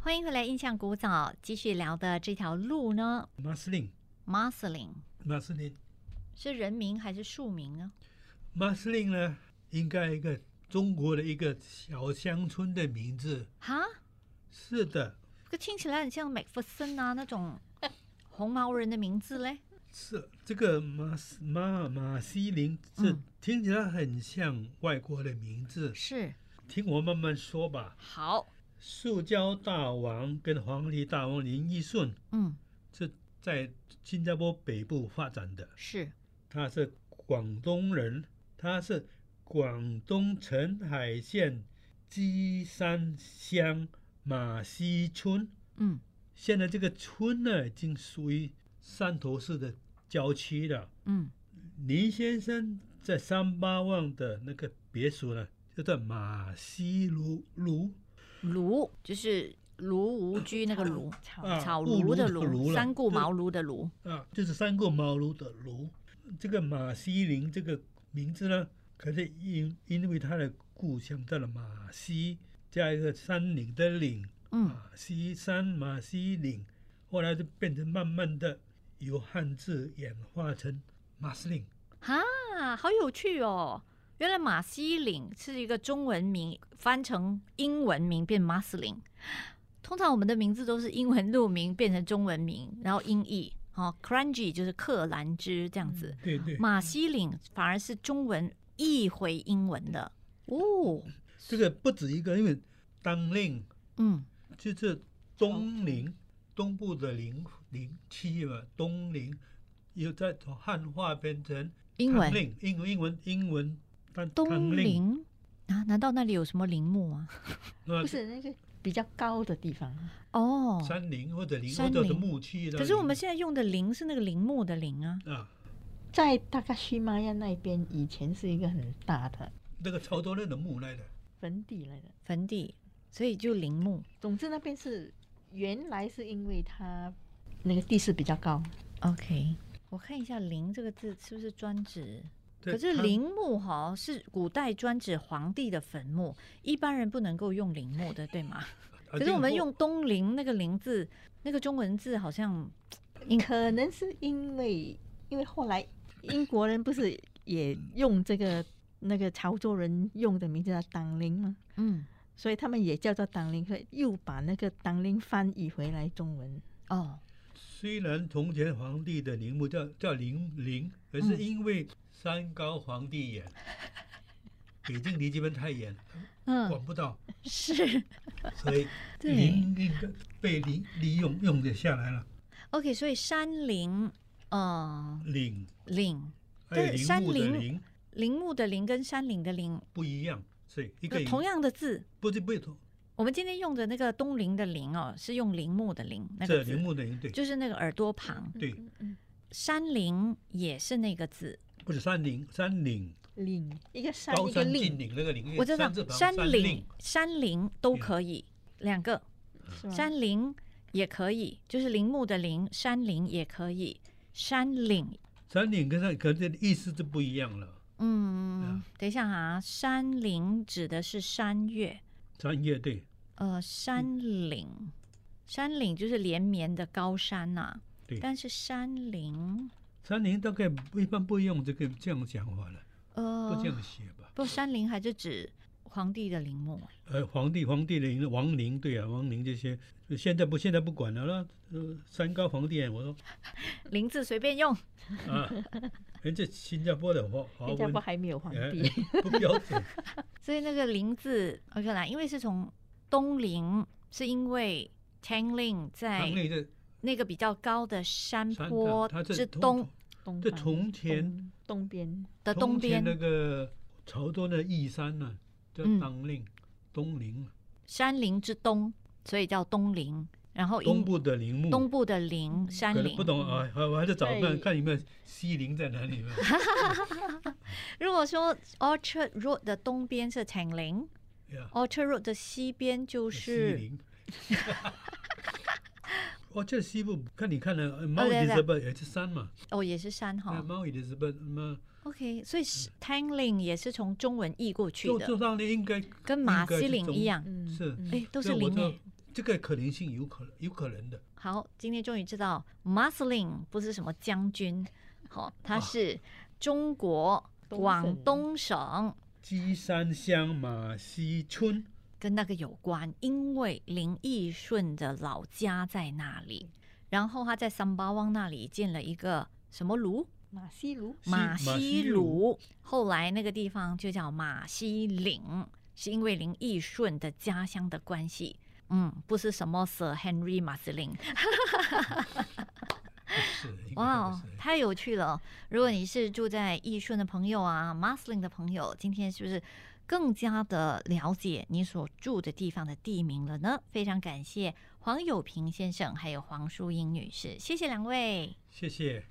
欢迎回来，印象古早，继续聊的这条路呢马斯林， m u s l i n 马斯林，是人名还是庶民呢？马斯林呢，应该一个中国的一个小乡村的名字。哈，是的，这听起来很像麦弗森啊那种红毛人的名字嘞。是这个马斯马马西林，这嗯听起来很像外国的名字。是，听我慢慢说吧。好，塑胶大王跟黄历大王林义顺，嗯，这在新加坡北部发展的。是，他是广东人，他是广东澄海县基山乡马溪村。嗯，现在这个村呢，已经属于汕头市的郊区了。嗯，林先生在三八旺的那个别墅呢，就在马溪炉炉卢就是卢吴居那个卢，啊草顾庐的卢的卢卢，了三顾就是茅庐的卢。啊，就是三顾茅庐的庐。这个马西林这个名字呢，可是因因为他的故乡在了马西，加一个山岭的岭，嗯马西山、马西岭，后来就变成慢慢的由汉字演化成马斯林。哈，好有趣哦！原来马西岭是一个中文名，翻成英文名变马斯林。通常我们的名字都是英文路名变成中文名，然后音译。哦，Crunchy 就是克兰芝这样子，对对，马西岭反而是中文译回英文的。哦，这个不止一个，因为当令嗯就是东陵，东部的陵陵区嘛，东陵又再从汉化变成英文唐令英文英文英文翻东唐令陵啊？难道那里有什么陵墓吗？那不是那个比较高的地方，哦，山林或者林山或者是林牧区的林。可是我们现在用的陵是那个陵墓的陵啊。啊，在大概西玛亚那边以前是一个很大的那个潮州人的墓来的，坟地来的。坟地，所以就陵墓。总之那边是原来是因为它那个地势比较高， OK，我看一下“陵”这个字是不是专指？对可是他陵墓哈是古代专指皇帝的坟墓，一般人不能够用陵墓的，对吗？啊可这是个我们不用东陵那个陵字，那个中文字好像可能是因为因为后来英国人不是也用这个那个潮州人用的名字叫党陵吗？嗯所以他们也叫做党陵，所以又把那个党陵翻译回来中文。哦虽然从前皇帝的陵墓叫叫陵陵，可嗯是因为山高皇帝 远，北京离这边太远，嗯管不到， 是所以 对陵应该被利利用用得下来了。 OK，所以山陵嗯陵陵还有但是陵墓的山陵陵陵墓的陵跟山陵的陵不一样，所以一个同样的字。不是不同，我们今天用的那个东陵的陵哦，是用陵墓的陵那这个字，陵墓的陵对就是那个耳朵旁。对，嗯山陵也是那个字，不是山陵山岭。岭一个山高一个山岭峻岭那个岭，我知道嗯山嗯字旁山岭岭、山陵都可以，两个是吧？山陵也可以，就是陵墓的陵，山陵也可以，山岭。山岭跟山，可能意思就不一样了。嗯啊，等一下啊，山陵指的是山岳，山乐队呃，山岭，山岭就是连绵的高山呐、对但是山陵，山岭大概一般不用这个这样讲法了，不呃这，样写吧。不，山陵还是指皇帝的陵墓。呃，皇帝、皇帝陵、王陵，对啊，王陵这些，现在不现在不管了啦。呃，山高皇帝远，我说陵字随便用，啊，人家新加坡的华华新加文坡还没有皇哎帝。哎不标准，所以那个陵字，OK 啦，因为是从东陵，是因为 Tangling 在行内的那个比较高的山山坡它之这东东这方从前东东边的东边从前那个潮州的义山呢，叫嗯当令东陵，山陵之东，所以叫东陵。然后东因部的陵墓，东部的陵山可能陵不。懂啊，我我还是找看对看有没有西陵在哪里吧。啊如果说 Orchard Road 的东边是 Tangling，Orchard 呀 Road 的西边就西是陵。 哦，这西部看你看了，呃猫哦对也对是不也是山嘛，哦，也是山哈。猫也是不嘛， OK，所以 Tangling 也是从中文译过去做的，做上的应该跟马应该西是岭中一样，嗯是嗯哎，都是对我陵知道哎。这个可能性有可能有可能的。好，今天终于知道 Muslim 不是什么将军，好、他啊是中国东省广东省鸡山乡马溪村，跟那个有关，因为林义顺的老家在那里，然后他在三巴旺那里建了一个什么炉，马西炉西马马西西鲁，后来那个地方就叫马西岭，是因为林义顺的家乡的关系。嗯，不是什么 Sir Henry 马斯林，是应该哇、哦不是太有趣了！如果你是住在义顺的朋友啊，马斯林的朋友，今天是不是更加的了解你所住的地方的地名了呢？非常感谢黄友平先生还有黄淑英女士，谢谢两位。谢谢。